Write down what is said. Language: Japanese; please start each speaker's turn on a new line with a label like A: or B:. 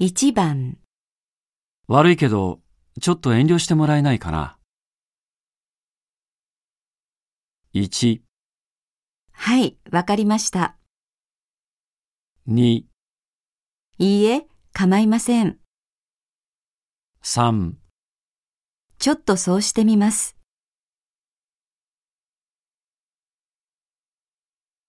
A: 1番、
B: 悪いけど、ちょっと遠慮してもらえないかな。1、
A: はい、わかりました。
B: 2、
A: いいえ、構いません。
B: 3。
A: ちょっとそうしてみます。